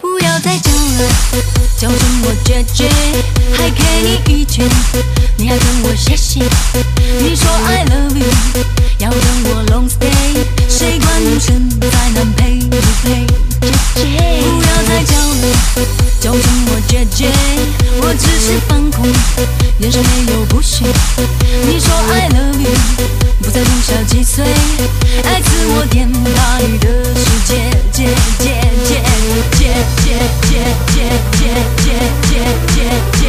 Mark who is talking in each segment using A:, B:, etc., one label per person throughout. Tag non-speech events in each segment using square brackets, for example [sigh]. A: 不要再讲了，叫什么姐姐，还给你一拳，你还跟我谢谢，你说 I love you，要等我 long stay，谁管你身材难配不配？姐姐，不要再叫了，叫什么姐姐，我只是放空，眼神没有不屑，你说 I love you，不在乎小几岁，爱自我天把你的世界，姐姐姐姐姐姐姐姐姐姐姐姐姐姐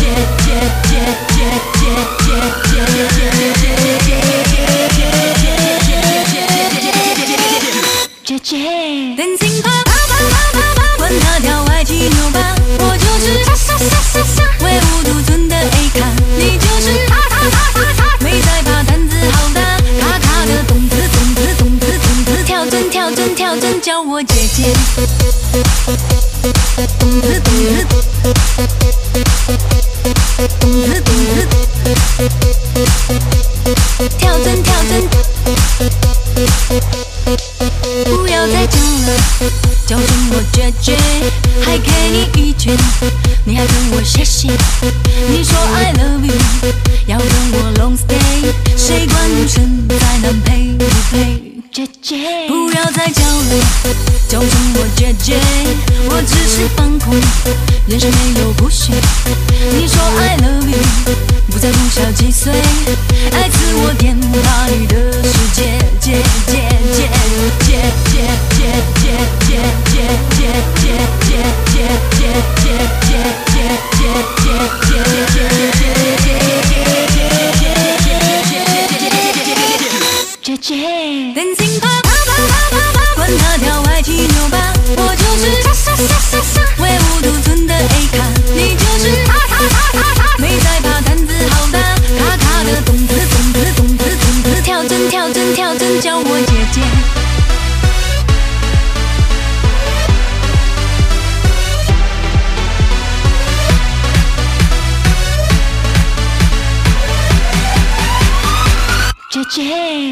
A: 姐姐姐姐姐姐姐姐，Dancing pop pop pop pop，管他跳外七扭八，我就是傻傻傻傻傻，唯我独尊的 A 咖，你就是他他他他他，没在怕胆子好大，卡卡的动子动子动子动子跳转跳转跳转，叫我姐姐，动子动子动子动子，跳转跳转。不要再讲了，叫声我姐姐，还给你一拳，你还跟我谢谢。你说 I love you，要跟我 long stay，谁管身材难配不配？姐姐，不要再叫了，叫声我姐姐，我只是放空，眼神没有不屑。你说 I love you，不在乎小几岁，爱自我天把你的世界，姐姐姐姐姐姐姐姐姐姐姐姐姐姐姐姐姐姐姐姐姐姐，Dancing pop pop pop pop pop，管他跳外七扭八，我就是傻傻傻傻傻，唯我独尊的 A 咖，你就是他他他他他，没在怕胆子好大，卡卡的动子动子动子动子，跳针跳针跳针，叫我姐姐。姐姐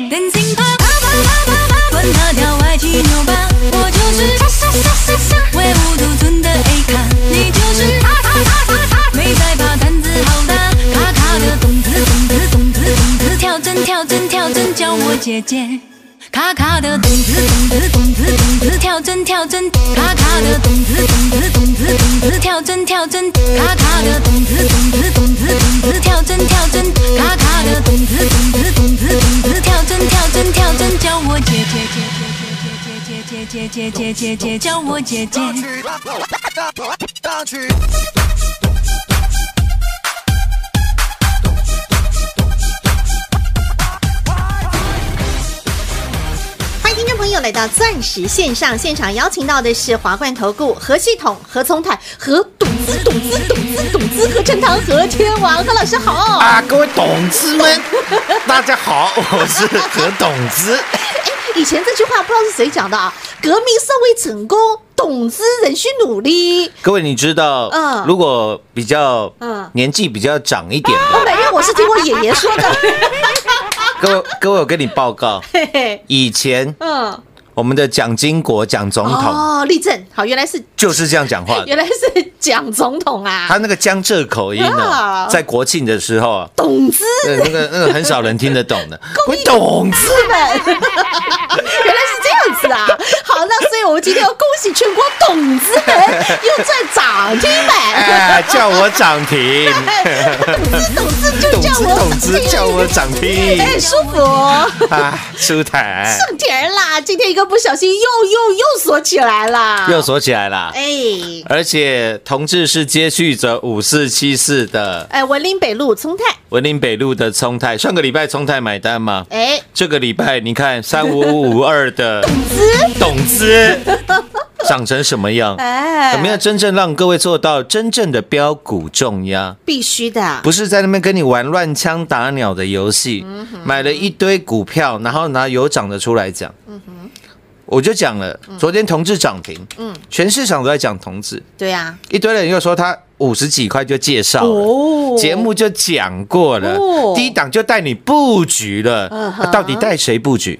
A: ，Dancing pop pop pop pop pop，管他跳外七扭八，我就是傻傻傻傻傻，唯我独尊的 A 咖，你就是 [laughs] 他他他他他，没在怕胆子好大，卡卡的动子动子动子动子，跳针跳针跳针，叫我姐姐。卡卡的动子动子动子动子跳针跳针，卡卡的动子动子动子动子跳针跳针，卡卡的动子动子动子动子跳针跳针，卡卡的动子动子动子动子跳针跳针跳针，叫我姐姐姐姐姐姐姐姐姐姐姐姐叫我姐姐。
B: 欢迎听众朋友来到钻石线上现场，邀请到的是华冠投顾何系统、何聪泰、何董资、董资、董资、董资、何成堂、何天王，何老师好。
C: 啊，各位董子们，大家好，我是何董子。
B: 以前这句话不知道是谁讲的啊，革命尚未成功，董资仍需努力。
C: [laughs] 各位，你知道，
B: 嗯
C: 如果比较，呃
B: 嗯
C: 年纪比较长一点
B: 哦，
C: 的，
B: 没有，我是听我爷爷说的。
C: 各位，各位，我跟你报 [laughs] 告，
B: [laughs] 嘿嘿，
C: 以前
B: 嗯，
C: 我们的蒋经国蒋总统
B: 哦，立正，好，原来是
C: 就是这样讲话的，
B: 原来是蒋总统啊，
C: 他那个江浙口音呢
B: 啊，
C: 在国庆的时候啊，
B: 董资
C: 呃那个那个很少人听得懂的，各位董子
B: 们，
C: [laughs]
B: 原来是这样子啊。好，那所以我们今天要恭喜全国董资们又赚涨停板。
C: 啦，哎叫我涨停，
B: 哎懂字就
C: 懂
B: 叫
C: 之
B: 我
C: 懂之叫我涨停，
B: 哎，舒服哦，
C: 啊，舒坦
B: 上题儿啦！今天一个不小心又又又锁起来了，
C: 又锁起来啦。
B: 啊哎
C: 而且呃同志是接续着五四七四的
B: 哎，文林北路聪泰，
C: 文林北路的冲泰，上个礼拜冲泰买单嘛，
B: 哎，
C: 这个礼拜你看三五五五二的董资涨成什么样？
B: 哎，
C: 怎么样真正让各位做到真正的标股重压？
B: 必须的，
C: 不是在那边跟你玩乱枪打鸟的游戏，买了一堆股票，然后拿有涨的出来讲。我就讲了，昨天同志涨停，全市场都在讲同志，
B: 对啊，
C: 一堆人又说他五十几块就介绍
B: 哦
C: 了，节目就讲过了
B: 哦，
C: 第一档就带你布局了，
B: 嗯哼
C: 啊到底带谁布局？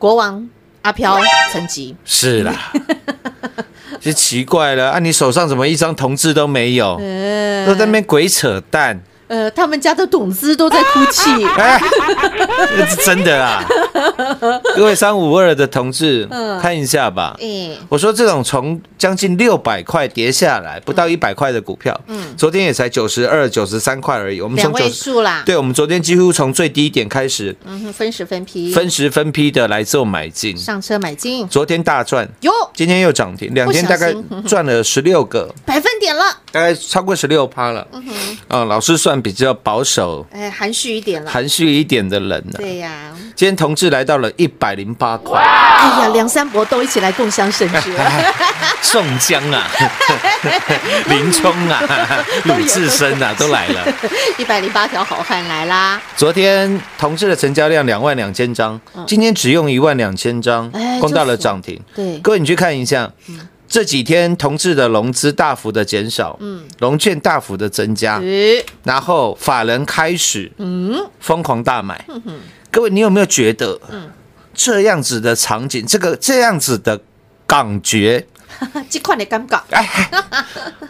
B: 国王阿飘成吉，[laughs]
C: 是啦，就奇怪了啊！你手上怎么一张同志都没有？
B: 哎
C: 都在那边鬼扯淡。
B: 呃，他们家的董子都在哭泣，
C: 哎，那是真的啦！各位三五二的同志，
B: 嗯
C: 看一下吧。
B: 哎，
C: 我说这种从将近六百块跌下来，不到
B: 嗯
C: 一百块的股票，昨天也才九十二、九十三块而已。我们
B: 两
C: 从
B: 位
C: 九十，
B: 数啦，
C: 对，我们昨天几乎从最低点开始，
B: 嗯哼，分时分批，
C: 分时分批的来做买进。
B: 上车买进，
C: 昨天大赚，
B: 哟，
C: 今天又涨停，两天大概
B: 不小 [laughs] 心
C: 赚了十六个，
B: 百分点了，
C: 大概超过十六趴了。嗯，老师算比较保守、
B: 哎，含蓄一点了，
C: 含蓄一点的人呢。
B: 对呀，
C: 今天同志来到了一百零八块，
B: 哎
C: [laughs]
B: 呀，梁山伯都一起来共襄盛举，啊
C: 宋江啊， [laughs] 林冲啊， [laughs] 鲁智深啊，都来了。
B: 一百零八条好汉来啦，
C: 昨天同志的成交量两万两千张，今天只用一万两千张
B: 哎，
C: 攻到
B: 就
C: 了
B: 是
C: 涨停。
B: 对，
C: 各位，你去看一下，这几天同志的融资大幅的减少，嗯，融券大幅的增加，
B: 咦，
C: 然后法人开始嗯疯狂大买。各位，你有没有觉得这样子的场景，这个这样子的感觉，
B: 这款的感觉，
C: 啊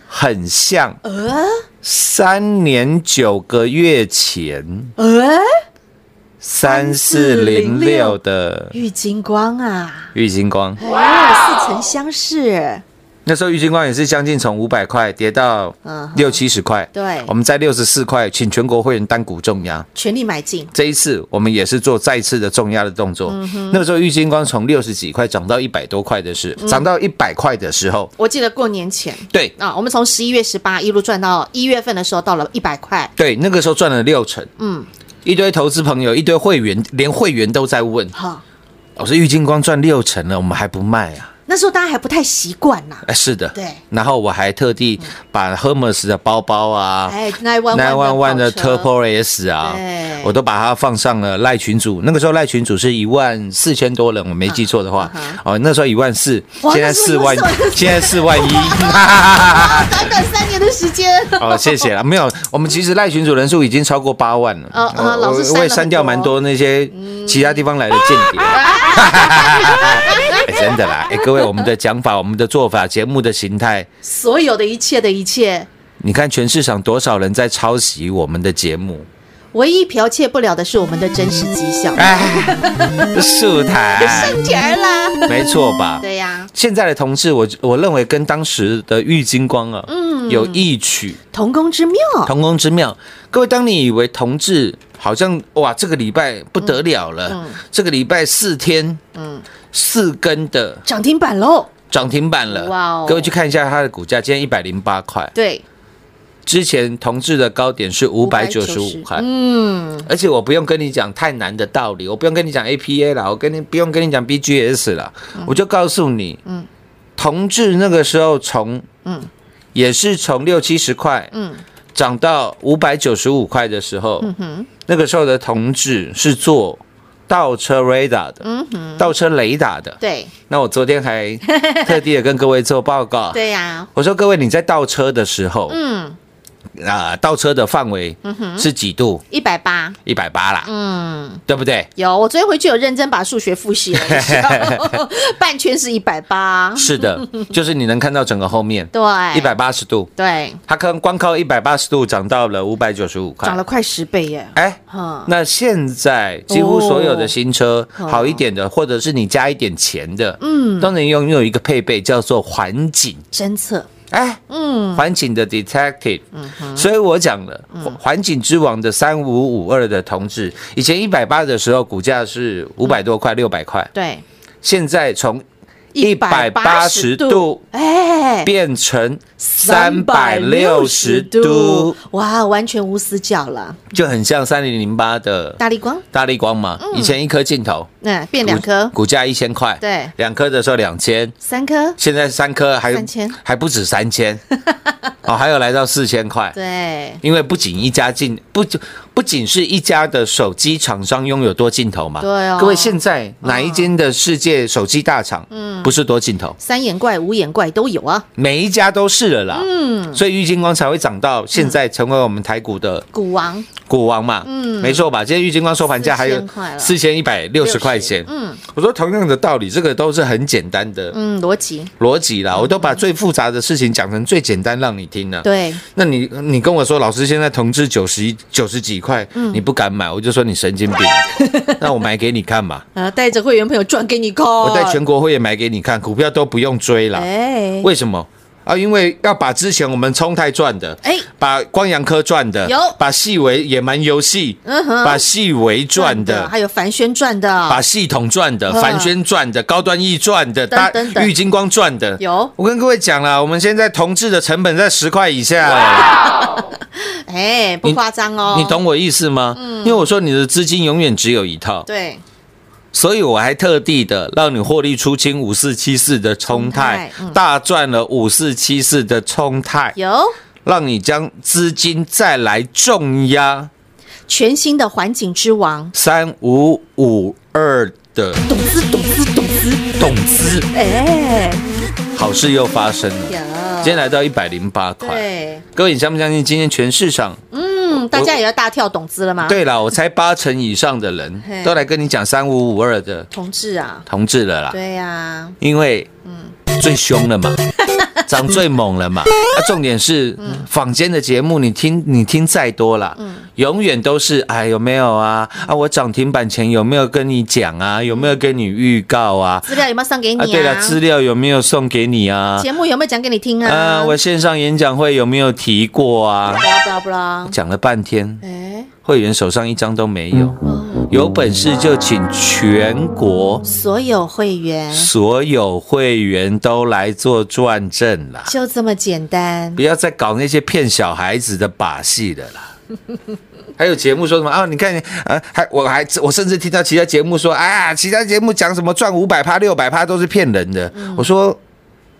C: 很像
B: 呃
C: 三年九个月前
B: 呃，
C: 三四零六的
B: 郁金光啊，
C: 郁金光。
B: 哇，似曾相识，
C: 那时候郁金光也是将近从五百块跌到
B: 嗯哼
C: 六七十块，
B: 对
C: 我们在六十四块，请全国会员单股重压。
B: 全力买进，
C: 这一次我们也是做再次的重压的动作。
B: 嗯
C: 那个时候郁金光从六十几块涨到一百多块的时，
B: 嗯
C: 涨到一百块的时候，
B: 我记得过年前。
C: 对
B: 啊，我们从十一月十八一路赚到一月份的时候，到了一百块，
C: 对，那个时候赚了六成。
B: 嗯，
C: 一堆投资朋友，一堆会员，连会员都在问
B: 哈，
C: 老师，郁金光赚六成了，我们还不卖啊？
B: 那时候大家还不太习惯呐。
C: 哎，是的，
B: 对嗯
C: 然后我还特地把 Hermes 的包包啊，
B: 哎，nine one
C: 9
B: one
C: 的
B: 跑车
C: Turbo S 啊
B: 对，
C: 我都把它放上了赖群主。那个时候赖群主是一万四千多人，我没记错的话
B: 嗯嗯，
C: 哦，那时候一万四，
B: 哇
C: 现在
B: 那时
C: 四
B: 候
C: 万
B: 14,000，
C: 现在
B: [laughs]
C: 四万一。 [laughs]
B: 啊，短短三年的时间，
C: 哦，谢谢了。没有，我们其实赖群主人数已经超过八万了。
B: 哦哦
C: 我
B: 老师删了嗯
C: 我也删掉蛮多那些其他地方来的间谍。啊
B: [laughs]
C: 哎真的啦，哎，各位，我们的讲法、我们的做法、节目的形态，
B: 所有的一切的一切，
C: 你看全市场多少人在抄袭我们的节目？
B: 唯一剽窃不了的是我们的真实绩效，
C: 哎，素
B: [laughs]
C: 台，
B: 升甜儿啦。
C: 没错吧？
B: 对呀，
C: 现在的同志，我我认为跟当时的郁金光啊，
B: 嗯
C: 有异曲
B: 同工之妙，
C: 同工之妙。各位，当你以为同志好像哇，这个礼拜不得了了，这个礼拜四天，
B: 嗯
C: 四根的
B: 涨停板喽。
C: 涨停板了，
B: 哇哦
C: 各位去看一下它的股价，今天一百零八块，
B: 对，
C: 之前同志的高点是五百九十五
B: 595
C: 块，
B: 嗯，
C: 而且我不用跟你讲太难的道理，我不用跟你讲 APA 啦，我跟你不用跟你讲 BGS 啦，我就告诉你，
B: 嗯
C: 同志那个时候从，
B: 嗯
C: 也是从六七十块，
B: 嗯，
C: 涨到五百九十五块的时候，嗯
B: 哼，
C: 那个时候的同志是做倒车 radar 的，嗯哼，倒车雷达的。
B: 对
C: 那我昨天还特地的跟各位做报 [laughs] 告，
B: 对呀，
C: 我说各位你在倒车的时候，
B: 嗯，
C: 啊、倒车的范围是几度？
B: 一百八，
C: 一百八啦，
B: 嗯，
C: 对不对？
B: 有，我昨天回去有认真把数学复习了一
C: [laughs]
B: 下，半圈是一百八，
C: 是
B: [laughs]
C: 的，就是你能看到整个后面，
B: 对，
C: 一百八十度，
B: 对，
C: 它刚光靠一百八十度涨到了五百九十五块，
B: 涨了快十倍耶，
C: 哎。
B: 哈，
C: 那现在几乎所有的新车，
B: 哦
C: 好一点的，或者是你加一点钱的，嗯，都能拥有一个配备叫做环景
B: 侦测
C: 哎，嗯，环境的 detective，所以我讲了，环境之王的三五五二的同志，以前一百八的时候股价是五百多块、六百块，
B: 对，
C: 现在从一百八
B: 180
C: 十度
B: 哎，
C: 变成三百六十度，，
B: 哇，完全无死角了，
C: 就很像三零零八的
B: 大力光，
C: 大力光嘛，以前一颗镜头
B: 那、变两颗
C: 股，股价一千块，
B: 对
C: 两颗的时候两千，
B: 三颗，
C: 现在三颗还
B: 3000
C: 还不止三 [laughs] 千，哦，还有来到四千块。
B: 对，
C: 因为不仅一家进不不仅是一家的手机厂商拥有多镜头嘛，
B: 对哦
C: 各位现在哪一间的世界手机大厂，嗯，不是多镜头，
B: 三眼怪、五眼怪都有啊，
C: 每一家都是了啦，嗯，所以玉金光才会涨到现在成为我们台股的
B: 股王
C: 股王嘛，嗯，没错吧？今天玉金光收盘价还有
B: 4000块了
C: 四千一百六十块钱，嗯，我说同样的道理，这个都是很简单的
B: 嗯，逻辑
C: 逻辑啦，我都把最复杂的事情讲成最简单让你听了，
B: 对，
C: 那你你跟我说，老师现在同志九十一九十几块，
B: 嗯
C: 你不敢买，我就说你神
B: [laughs]
C: 经病。那我买给你看嘛，
B: 呃，带着会员朋友赚给你看，我
C: 我在全国会也买给你看，股票都不用追啦。
B: 哦哎，
C: 为什么？啊，因为要把之前我们冲太赚的，
B: 哎
C: 把光阳科赚的，
B: 有嗯
C: 把细维野蛮游戏，把细维赚的。
B: 还有凡轩赚的，
C: 把系统赚的、
B: 嗯
C: 凡轩赚的、高端易 E 赚的、大
B: 等等
C: 玉金光赚的，
B: 有
C: 我跟各位讲了，我们现在同志的成本在十块以下了。
B: 哎，不
C: 你
B: 夸张哦，
C: 你懂我意思吗？因为我说你的资金永远只有一套，
B: 嗯对，
C: 所以我还特地的让你获利出清五四七四的冲泰
B: 冲泰，嗯
C: 大赚了五四七四的冲泰，
B: 有
C: 让你将资金再来重压
B: 全新的环境之王，
C: 三五五二的
B: 懂资懂资懂资，
C: 董资，
B: 哎，
C: 好事又发生了，今天
B: 有，
C: 来到一百零八块。
B: 对，
C: 各位，你相不相信今天全市场？
B: 嗯，大家也要大跳懂资了吗？，
C: 对了，我猜八成以上的人
B: 啊嘿
C: 都来跟你讲三五五二的
B: 同志啊，
C: 同志了啦。
B: 对呀，
C: 因为
B: 嗯
C: 最凶
B: [laughs]
C: 了嘛，长最猛了嘛。啊，重点是
B: 嗯
C: 坊间的节目，你听你听再多啦，永远都是哎有没有啊？啊，我涨停板前有没有跟你讲啊？有没有跟你预告啊？
B: 资料有没有送给你
C: 啊，对了，资料有没有送给你啊？
B: 节目有没有讲给你听啊？
C: 啊，我线上演讲会有没有提过啊
B: 不？啦不啦不啦，
C: 讲了半天，
B: 哎，
C: 会员手上一张都没有。
B: 嗯
C: 有本事就请全国
B: 所有会员
C: 所有会员都来做转正啦。
B: 就这么简单
C: 不，要再搞那些骗小孩子的把戏了啦。 [laughs] 还有节目说什么啊？你看，啊，还我还我甚至听到其他节目说，啊，其他节目讲什么赚五百趴、六百趴都是骗人的。我说，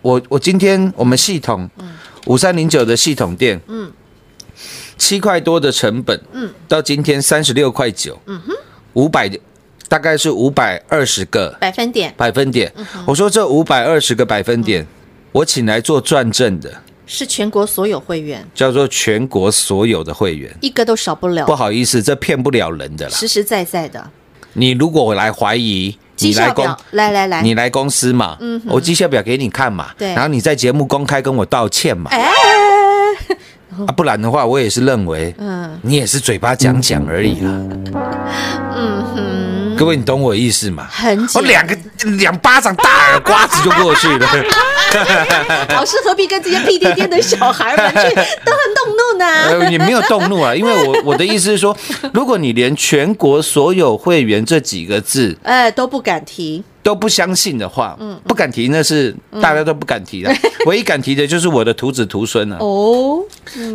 C: 我我今天我们系统五三零九的系统店，嗯，七块多的成本，嗯，到今天三十六块九，嗯哼，五百大概是五百二十个
B: 百分点
C: 百分点。我说这五百二十个百分点，我请来做转正的。
B: 是全国所有会员，
C: 叫做全国所有的会员。
B: 一个都少不了
C: 不，好意思，这骗不了人的啦。
B: 实实在在的。
C: 你如果来怀疑，
B: 绩
C: 你来
B: 效
C: 公
B: 表，，来来来，
C: 你来公司嘛，我绩效表给你看嘛，
B: 对
C: 然后你在节目公开跟我道歉嘛， [laughs]
B: 哎，
C: 啊，不然的话，我也是认为
B: 嗯
C: 你也是嘴巴讲讲而已啦。
B: 嗯哼，
C: 各位，你懂我意思吗？
B: 很
C: 我
B: 简
C: 两个两巴掌大耳瓜子就过去了。 [laughs]
B: 老师何必跟这些屁颠颠的小孩们
C: [laughs]
B: 去都很动怒呢？
C: 呃，也没有动怒啊，因为我我的意思是说，如果你连全国所有会员这几个字
B: 哎，都不敢提，
C: 都不相信的话，不敢提那是大家都不敢 [laughs] 提的。唯一敢提的就是我的徒子徒孙了、啊。
B: 哦，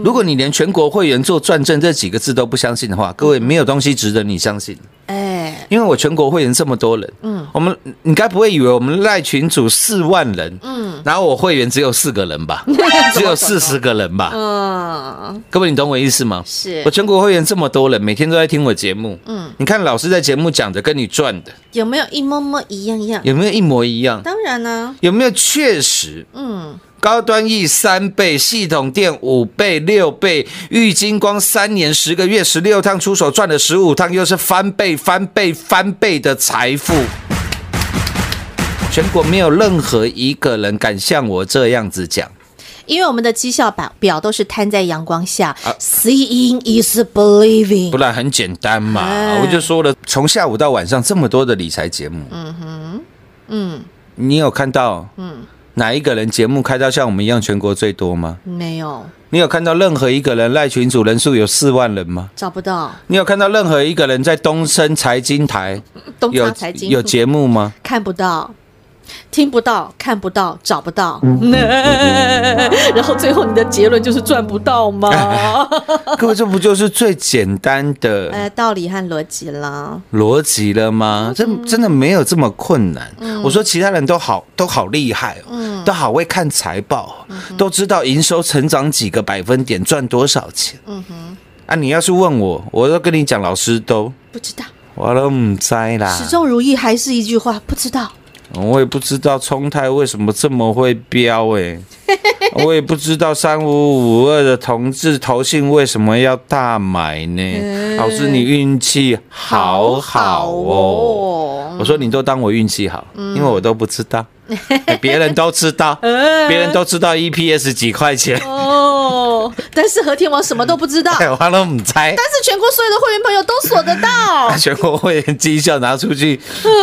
C: 如果你连全国会员做转正这几个字都不相信的话，各位没有东西值得你相信，
B: 哎，
C: 因为我全国会员这么多人，嗯，我们你该不会以为我们赖群组四万人，嗯，然后我会员只有四个人 [laughs] 吧，只有四十个人吧，
B: 嗯，
C: 各位，你懂我意思吗？
B: 是
C: 我全国会员这么多人，每天都在听我节目。嗯，你看老师在节目讲的，跟你赚的
B: 有没有一摸摸一样样？
C: 有没有一模一样？
B: 当然呢，
C: 有没有确实？
B: 嗯，
C: 高端 E 三倍，系统店五倍、六倍，玉金光三年十个月十六趟出手赚了十五趟，又是翻倍、翻倍、翻倍的财富。全国没有任何一个人敢像我这样子讲。
B: 因为我们的绩效表表都是摊在阳光下，seeing is believing，
C: 啊不然很简单嘛。
B: 哎
C: 我就说了，从下午到晚上这么多的理财节目，嗯哼，嗯，你有看到，嗯，哪一个人节目开到像我们一样全国最多吗？
B: 没有，
C: 你有看到任何一个人赖群组人数有四万人吗？
B: 找不到
C: 你有看到任何一个人在东升财经台
B: 东
C: 有
B: 方财经
C: 有节
B: [laughs]
C: 目吗？
B: 看不到。听不到，看不到，找不到， [laughs] 然后最后你的结论就是赚不到 [laughs] 吗？
C: 各位，这不就是最简单
B: 呃，嗯
C: 的
B: 道理和逻辑啦，
C: 逻辑了吗？这真的没有这么困难。
B: 嗯
C: 我说其他人都好，都好厉害哦，都好会看财报
B: 嗯
C: 哦，都知道营收成长几个百分点，赚多少钱。
B: 嗯
C: 啊，你要是问我，我都跟你讲，老师都
B: 不知道，
C: 我都唔知啦
B: 啊始，终如一，还是一句话，不知道。
C: 嗯我也不知道冲泰为什么这么会飙 [laughs] 哎、我也不知道三五五二的同志投信为什么要大买呢？老师，你运气好嗯好哦。嗯我说你都当我运气好，因为我都不知 [laughs] 道，别人都知 [laughs] 道，别人都知道 EPS 几块钱，
B: 哦，但是和天王什么都不知道，但
C: 哎 [laughs] 我都唔知。。
B: 是全国所有的会员朋友都锁得 [laughs] 到
C: 全国会员绩效拿出去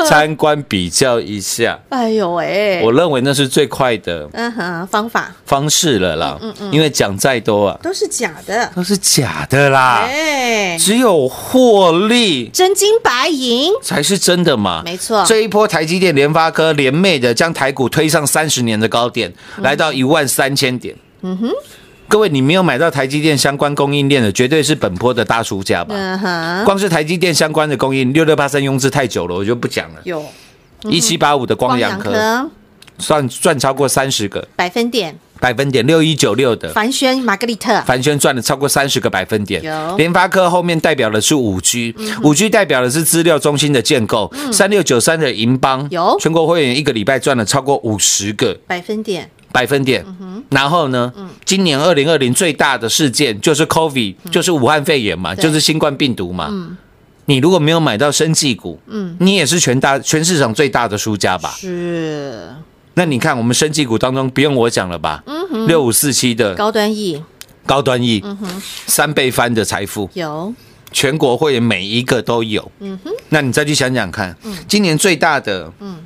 C: 参观比较一下，
B: 哎呦喂，
C: 我认为那是最快的
B: 嗯哼，方法
C: 方式了啦。因为讲再多啊，
B: 都是假的，
C: 都是假的啦。
B: 哎，
C: 只有获利
B: 真金白银，
C: 才是真的嘛。
B: 没错
C: 这一波台积电、联发科联袂的将台股推上三十年的高点，来到一万三千点。嗯哼，各位，你没有买到台积电相关供应链的，绝对是本波的大输家吧？
B: 嗯哼，
C: 光是台积电相关的供应，六六八三庸资太久了，我就不讲了。
B: 有
C: 一七八五的光阳科算赚超过三十个
B: 百分点，
C: 百分点，六一九六的
B: 凡轩玛格丽特，
C: 凡轩赚了超过三十个百分点
B: 有，嗯
C: 联发科后面代表的是五 G，五 G 代表的是资料中心的建构，三六九三的银邦
B: 有
C: 全国会员一个礼拜赚了超过五十个
B: 百分点，
C: 百分点。
B: 嗯
C: 然后呢，今年二零二零最大的事件就是 COVID，就是武汉肺炎嘛，
B: 嗯对嗯
C: 就是新冠病毒嘛。你如果没有买到生技股，你也是全大全市场最大的输家吧？
B: 是
C: 那你看我们生技股当中，不用我讲了吧？六五四七的
B: 嗯高嗯端 E
C: 高端 E，三倍翻的财富，
B: 有
C: 全国会员每一个都有。嗯哼，那你再去想想看，今年最大的，嗯，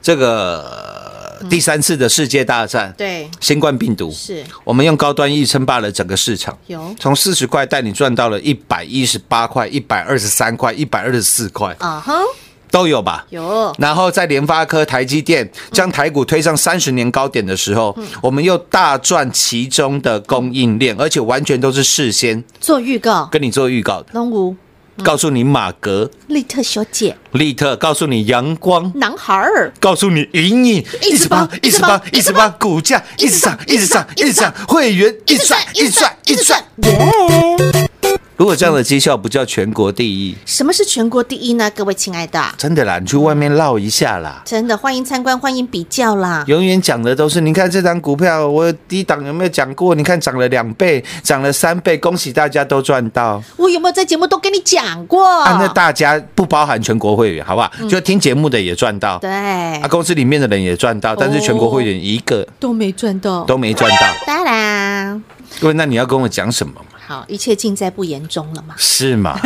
C: 这个呃第三次的世界大战，
B: 对
C: 新冠病毒，
B: 是
C: 我们用高端 E 称霸了整个市场。
B: 有
C: 从四十块带你赚到了一百一十八块、一百二十三块、一百二十四块，
B: 啊哈
C: 都有嗯吧？
B: 有
C: 然后在联发科、台积电将台股推上三十年高点的时候，我们又大赚其中的供应链，而且完全都是事先
B: 做预告，
C: 跟你做预告的，
B: 龙武
C: 告诉你马格、
B: 丽特小姐，
C: 利特，告诉你阳光。
B: 男孩儿。
C: 告诉你，赢你
B: 一直帮
C: 一直帮，
B: 一
C: 一
B: 直
C: 直
B: 帮
C: 帮，股价一直涨，一直涨，
B: 一
C: 一
B: 直
C: 直
B: 涨
C: 涨，会员一直赚，一直赚，一直赚。如果这样的绩效不叫全国第一，
B: 什么是全国第一呢？各位亲爱的，
C: 真的啦，你去外面绕一下啦。
B: 真的欢迎参观，欢迎比较啦。
C: 永远讲的都是，你看这张股票，我低档有没有讲过？你看涨了两倍，涨了三倍，恭喜大家都赚到。
B: 我有没有在节目都跟你讲过？
C: 啊，那大家不包含全国会员，好不好？就听节目的也赚到，
B: 对、
C: 啊，公司里面的人也赚到，但是全国会员一个
B: 都没赚到。
C: 都没赚到。
B: 当然，
C: 各位，那你要跟我讲什么嘛？
B: 好，一切尽在不言中了嘛。
C: 是吗？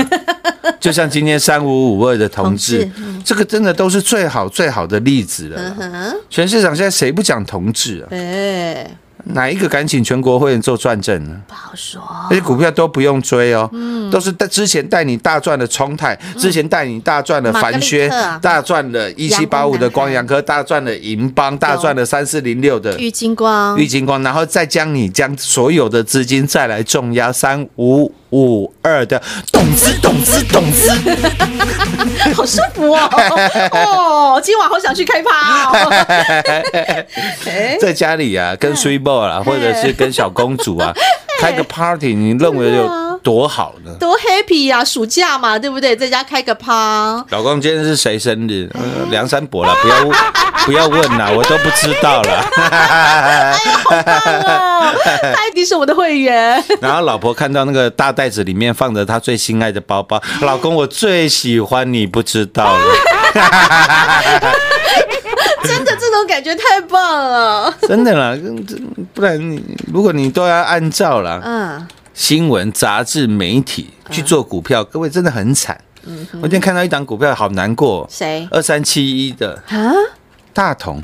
C: 就像今天三五五二的同志
B: 同，
C: 这个真的都是最好最好的例子了啦。
B: 嗯，
C: 全市场现在谁不讲同志啊？
B: 哎、
C: 哪一个敢请全国会员做转正呢？
B: 不好说。
C: 而且股票都不用追哦，都是带之前带你大赚的冲泰，之前带你大赚的凡
B: 玛
C: 轩
B: 格丽特，
C: 大赚了一七八五的光阳科，大赚了银邦，大赚了三四零六的
B: 郁金光
C: 玉，金光，然后再将你将所有的资金再来重压三五五二的动资动资动资，
B: [laughs] 好舒
C: [laughs]
B: 服哦！哦，今晚好想去开趴哦。哎、
C: 在家里啊，跟 s w e e b o 啦，或者是跟小公主啊，开个 party，你认为有多好呢？
B: 多 happy 呀、暑假嘛，对不对？在家开个
C: [laughs]
B: 趴，
C: 老公，今天是谁生日？呃梁山伯啦，不要问不要问啦，我都不知道啦。
B: 哦，他一定是我的会员。
C: 然后老婆看到那个大袋子里面放着她最心爱的包包，老公，我最喜欢你，不知道了，
B: 真的这种感觉太棒了。
C: 真的啦，嗯这不然你如果你都要按照啦
B: 嗯，
C: 新闻、杂志、媒体去做股票，各位真的很惨。
B: 嗯
C: 我今天看到一档股票，好难过哦，
B: 谁
C: 二三七一的
B: 啊？
C: 大同，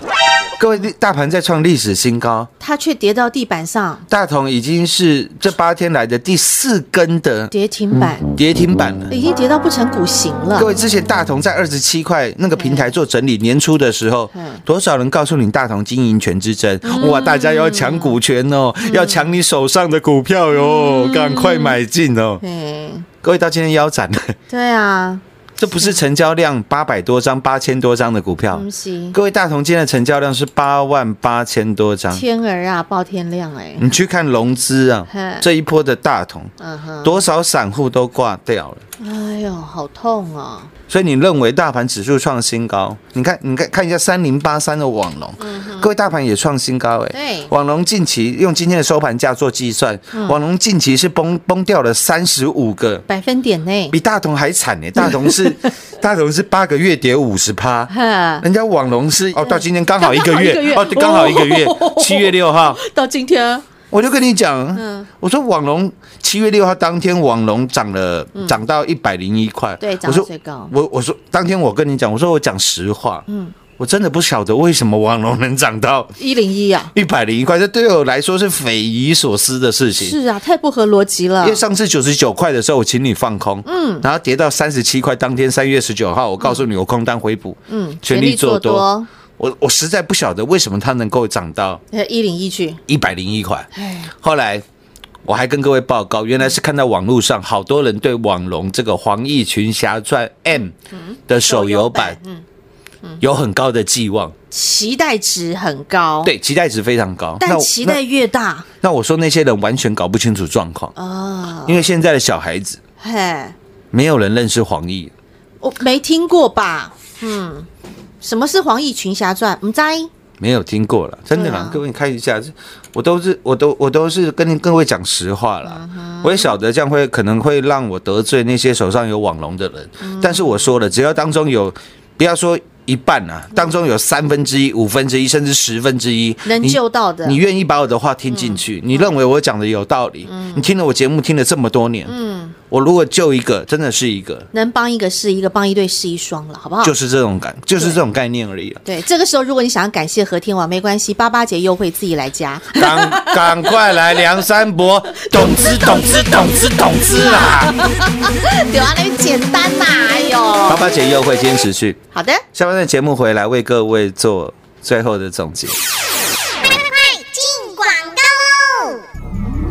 C: 各位，大盘在创历史新高，
B: 它却跌到地板上，
C: 大同已经是这八天来的第四根的
B: 跌哎停板，
C: 跌停板了。
B: 已经跌到不成骨形了
C: 嗯各。位，之前大同在二十七块那个平台做整理，年初的时候
B: 嗯，
C: 多少人告诉你大同经营权之争？哇，大家要抢股权哦，
B: 嗯
C: 要抢你手上的股票哟，赶快买进哦！
B: 哎，
C: 各位到今天腰斩了，
B: 对啊，
C: 这不是成交量八百多张、八千多张的股票
B: 东，西
C: 啊各位大同今天的成交量是八万八千多张。
B: 天儿啊，爆天亮哎、
C: 你去看融资啊
B: 嘿，
C: 这一波的大同，
B: 嗯哼，
C: 多少散户都挂掉了。
B: 哎呦，好痛哦！
C: 所以你认为大盘指数创新高？你看，你看看一下三零八三的网龙，各位大盘也创新高哎、
B: 嗯对嗯
C: 网龙近期用今天的收盘价做计算，网龙近期是崩崩掉了三十五个，
B: 百分点内，
C: 比大同还惨呢、欸大
B: [laughs]
C: 同是大同是八个月跌五十趴。
B: 哈，
C: 人家网龙是哦，到今天刚好一个月
B: 嗯刚好一个月
C: 哦，刚好一个月
B: 哦，
C: 七月六
B: [laughs]
C: 号，
B: 到今天
C: 我就跟你讲，
B: 嗯
C: 我说网龙七月六号当天网龙涨了，涨到一百零一块，
B: 嗯对涨到
C: 我说
B: 最高
C: 我我说当天我跟你讲，我说我讲实话，嗯，我真的不晓得为什么网龙能涨到
B: 一零一啊，
C: 一百零一块，这对我来说是匪夷所思的事情。
B: 是啊，太不合逻辑了
C: 因为。上次九十九块的时候，我请你放空，嗯，然后跌到三十七块，当天三月十九号，我告诉你我空单回补，
B: 嗯，
C: 全力做多，，我我实在不晓得为什么它能够涨到
B: 呃，一零一去，
C: 一百零一块，
B: 哎，
C: 后来我还跟各位报告，原来是看到网络上好多人对网龙这个《黄奕群侠传 M》的手游版
B: 嗯，
C: 有很高的寄望，
B: 期待值很高，，
C: 对，期待值非常高。那
B: 但
C: 我
B: 期待
C: 那
B: 越大
C: 那我说那些人完全搞不清楚状况，
B: 啊，
C: 因为现在的小孩子
B: 嘿，
C: 没有人认识黄奕，
B: 我没听过吧？嗯，什么是《黄奕群侠传》？唔知
C: 没有听过了，真的
B: 对
C: 啦
B: 啊，
C: 各位你看一下，这我都是我都我都是跟各位讲实话
B: 嗯
C: 啦。我也晓得这样会可能会让我得罪那些手上有网龙的人，
B: 嗯
C: 但是我说了，只要当中有不要说一半
B: 嗯
C: 啊，当中有三分之一、五分之一甚至十分之一
B: 能
C: 你
B: 救到的嗯
C: 你愿意把我的话听进去，你认为我讲的有道理，你听了我节目听了这么多年，
B: 嗯
C: 我如果救一个，真的是一个，
B: 能帮一个是一个，帮一对是一双了，好不好？
C: 就是这种感，就是这种概念而已了。
B: 对，这个时候如果你想要感谢和天王，没关系，八八节优惠自己来加。 [laughs]
C: 赶赶快来梁山伯，懂之懂之懂之懂之啦！
B: 对啊，那个简单呐、哎
C: 八
B: 呦，
C: 八节优惠今天持续，
B: 好的，
C: 下半段节目回来为各位做最后的总结。
D: 进广告喽。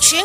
E: 全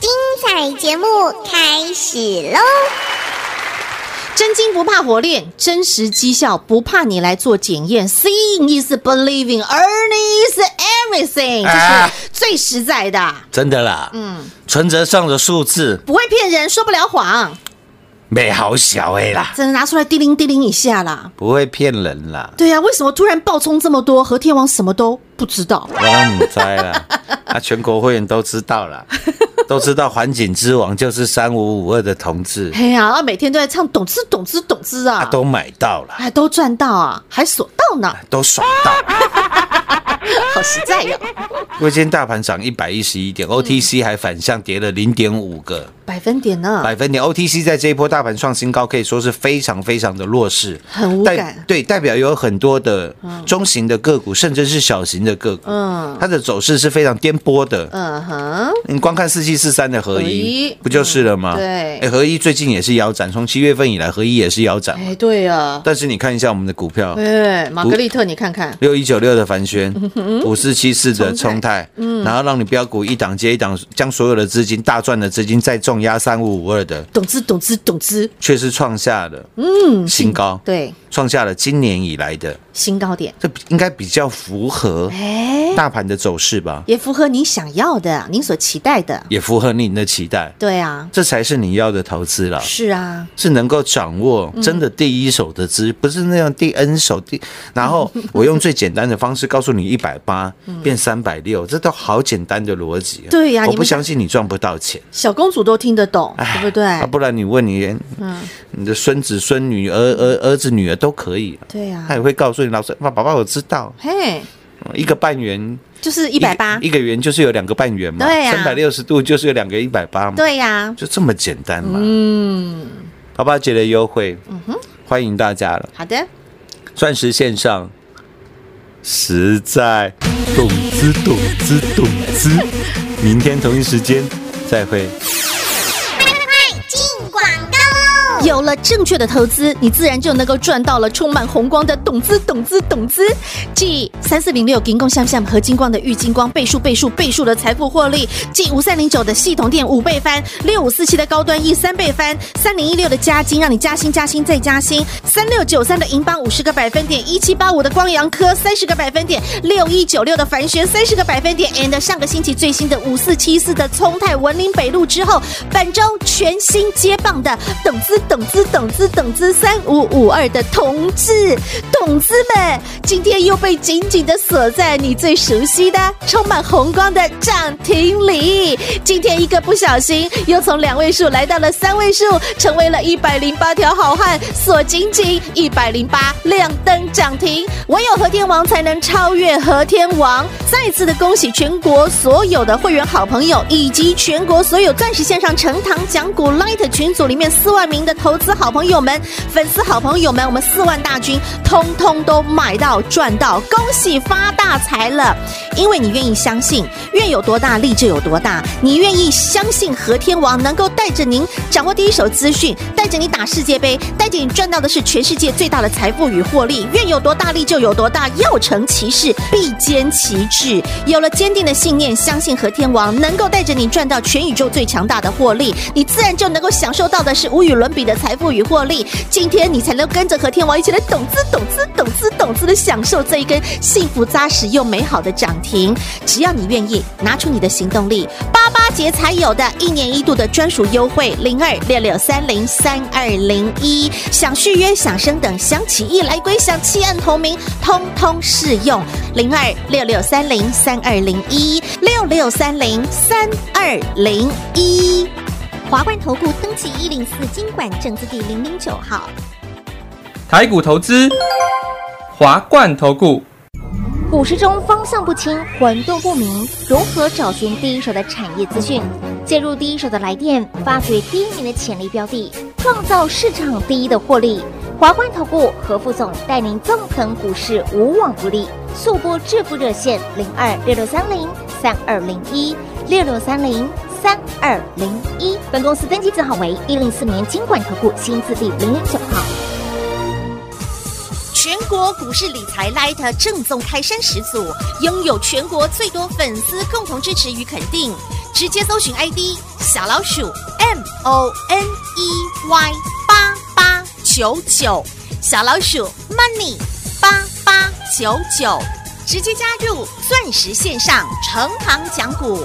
D: 精彩节目开始喽！
B: 真金不怕火炼，真实绩效不怕你来做检验。Seeing is believing, earning is everything，这
C: 啊
B: 是最实在的，
C: 真的啦，
B: 嗯，
C: 存折上的数字
B: 不会骗人，说不了谎，
C: 没好小哎啦，
B: 真的拿出来叮铃叮铃一下啦。
C: 不会骗人啦，
B: 对啊呀、为什么突然爆冲这么多？和天王什么都不知道
C: 我让你猜 [laughs] 啦，啊，全国会员都知道啦，都知道环境之王就是三五五二的同志，
B: 嘿呀、啊，每天都在唱懂之懂之懂之
C: 啊，
B: 啊，
C: 都买到了，
B: 还都赚到啊，还锁到呢，
C: 都爽到了。 [laughs] 哎
B: 好实在哟、
C: 因为今天大盘涨一百一十一点，OTC 还反向跌了零点五个
B: 百分点呢，
C: 百分点。OTC 在这一波大盘创新高，可以说是非常非常的弱势，
B: 很无
C: 代
B: 感
C: 对，代表有很多的中型的个股，甚至是小型的个股，
B: 嗯
C: 它的走势是非常颠簸的。
B: 嗯哼，
C: 你光看四七四三的合
B: 合
C: 一
B: 一，
C: 不就是了吗？
B: 嗯对
C: 哎合一最近也是腰斩，从七月份以来，合一也是腰斩。
B: 哎，对啊，
C: 但是你看一下我们的股票，
B: 哎，玛格丽特，你看看，
C: 六一九六的凡轩，五四七四的冲泰，
B: 嗯
C: 然后让你标股一档接一档，将所有的资金大赚的资金再重压三五五二的，
B: 懂之懂之懂之，
C: 却是创下了嗯新高，
B: 对，
C: 创下了今年以来的，
B: 新高点，
C: 这应该比较符合
B: 哎，
C: 大盘的走势吧，
B: 也符合您想要的，您所期待的，
C: 也符合你的期待，
B: 对啊，
C: 这才是你要的投资啦。
B: 是嗯啊，
C: 是能够掌握真的第一手的资，不是那样第 N 手第，然
B: [laughs]
C: 后我用最简单的方式告诉你一百八变三百六，这都好简单的逻辑啊。
B: 嗯对呀
C: 我
B: 你
C: 不
B: 们
C: 相信你赚不到钱，
B: 小公主都听得懂，
C: 哎
B: 对不对？嗯
C: 啊不然你问你，你的孙子、孙女、儿儿儿子、女儿都可以啊，
B: 对呀
C: 他也会告诉你老师，爸爸爸我知道，
B: 嘿，
C: 一个半圆
B: 就是一百八，
C: 一个圆就是有两个半圆嘛，
B: 对呀
C: 三百六十度就是有两个一百八嘛，
B: 对呀，
C: 就这么简单嘛。嗯，爸爸节的优惠，
B: 嗯
C: 欢迎大家了。
B: 好的，
C: 钻石线上实在懂之懂之懂之，明天同一时间再会。
B: 有了正确的投资，你自然就能够赚到了充满红光的董资董资董资。即三四零六金光向向和金光的玉金光倍数倍数倍数的财富获利，即五三零九的系统店五倍翻，六五四七的高端 E 三倍翻，三零一六的加金让你加薪加薪再加薪，三六九三的银邦五十个百分点，一七八五的光阳科三十个百分点，六一九六的凡轩三十个百分点，and 上个星期最新的五四七四的聪泰文林北路之后，本周全新接棒的董资董资董资董资三五五二的同志董资们，今天又被紧紧的锁在你最熟悉的、充满红光的涨停里。今天一个不小心，又从两位数来到了三位数，成为了一百零八条好汉，锁紧紧一百零八亮灯涨停。唯有和天王才能超越和天王。再次的恭喜全国所有的会员好朋友，以及全国所有钻石线上成堂讲股 Light 群组里面四万名的投资好朋友们、粉丝好朋友们，我们四万大军通通都买到赚到，恭喜发大财了！因为你愿意相信，愿有多大力就有多大，你愿意相信和天王能够带着您掌握第一手资讯，带着你打世界杯，带着你赚到的是全世界最大的财富与获利，愿有多大力就有多大，要成其事必坚其志。有了坚定的信念，相信和天王能够带着你赚到全宇宙最强大的获利，你自然就能够享受到的是无与伦比的财富与获利。今天你才能跟着和天王一起来懂资懂资懂资懂资的享受这一根幸福扎实又美好的涨停。只要你愿意，拿出你的行动力，八八节才有的一年一度的专属优惠零二六六三零三二零一，想续约、想升等、想起义来归、想弃暗投明，通通适用零二六六三零三二零一六六三零三二零一。
D: 华冠投顾登记一零四经管证字第零零九号。
F: 台股投资，华冠投顾。
D: 股市中方向不清、混沌不明，如何找寻第一手的产业资讯？介入第一手的来电，发掘第一名的潜力标的，创造市场第一的获利。华冠投顾何副总带领纵横股市，无往不利。速播致富热线零二六六三零三二零一六六三零三二零一。本公司登记字号为一零四年经管投顾新字第零零九号。
E: 全国股市理财 Light 正宗开山始祖，拥有全国最多粉丝共同支持与肯定。直接搜寻 ID 小老鼠 M O N E Y 八八九九，小老鼠 Money 八八九九，直接加入钻石线上成堂讲股，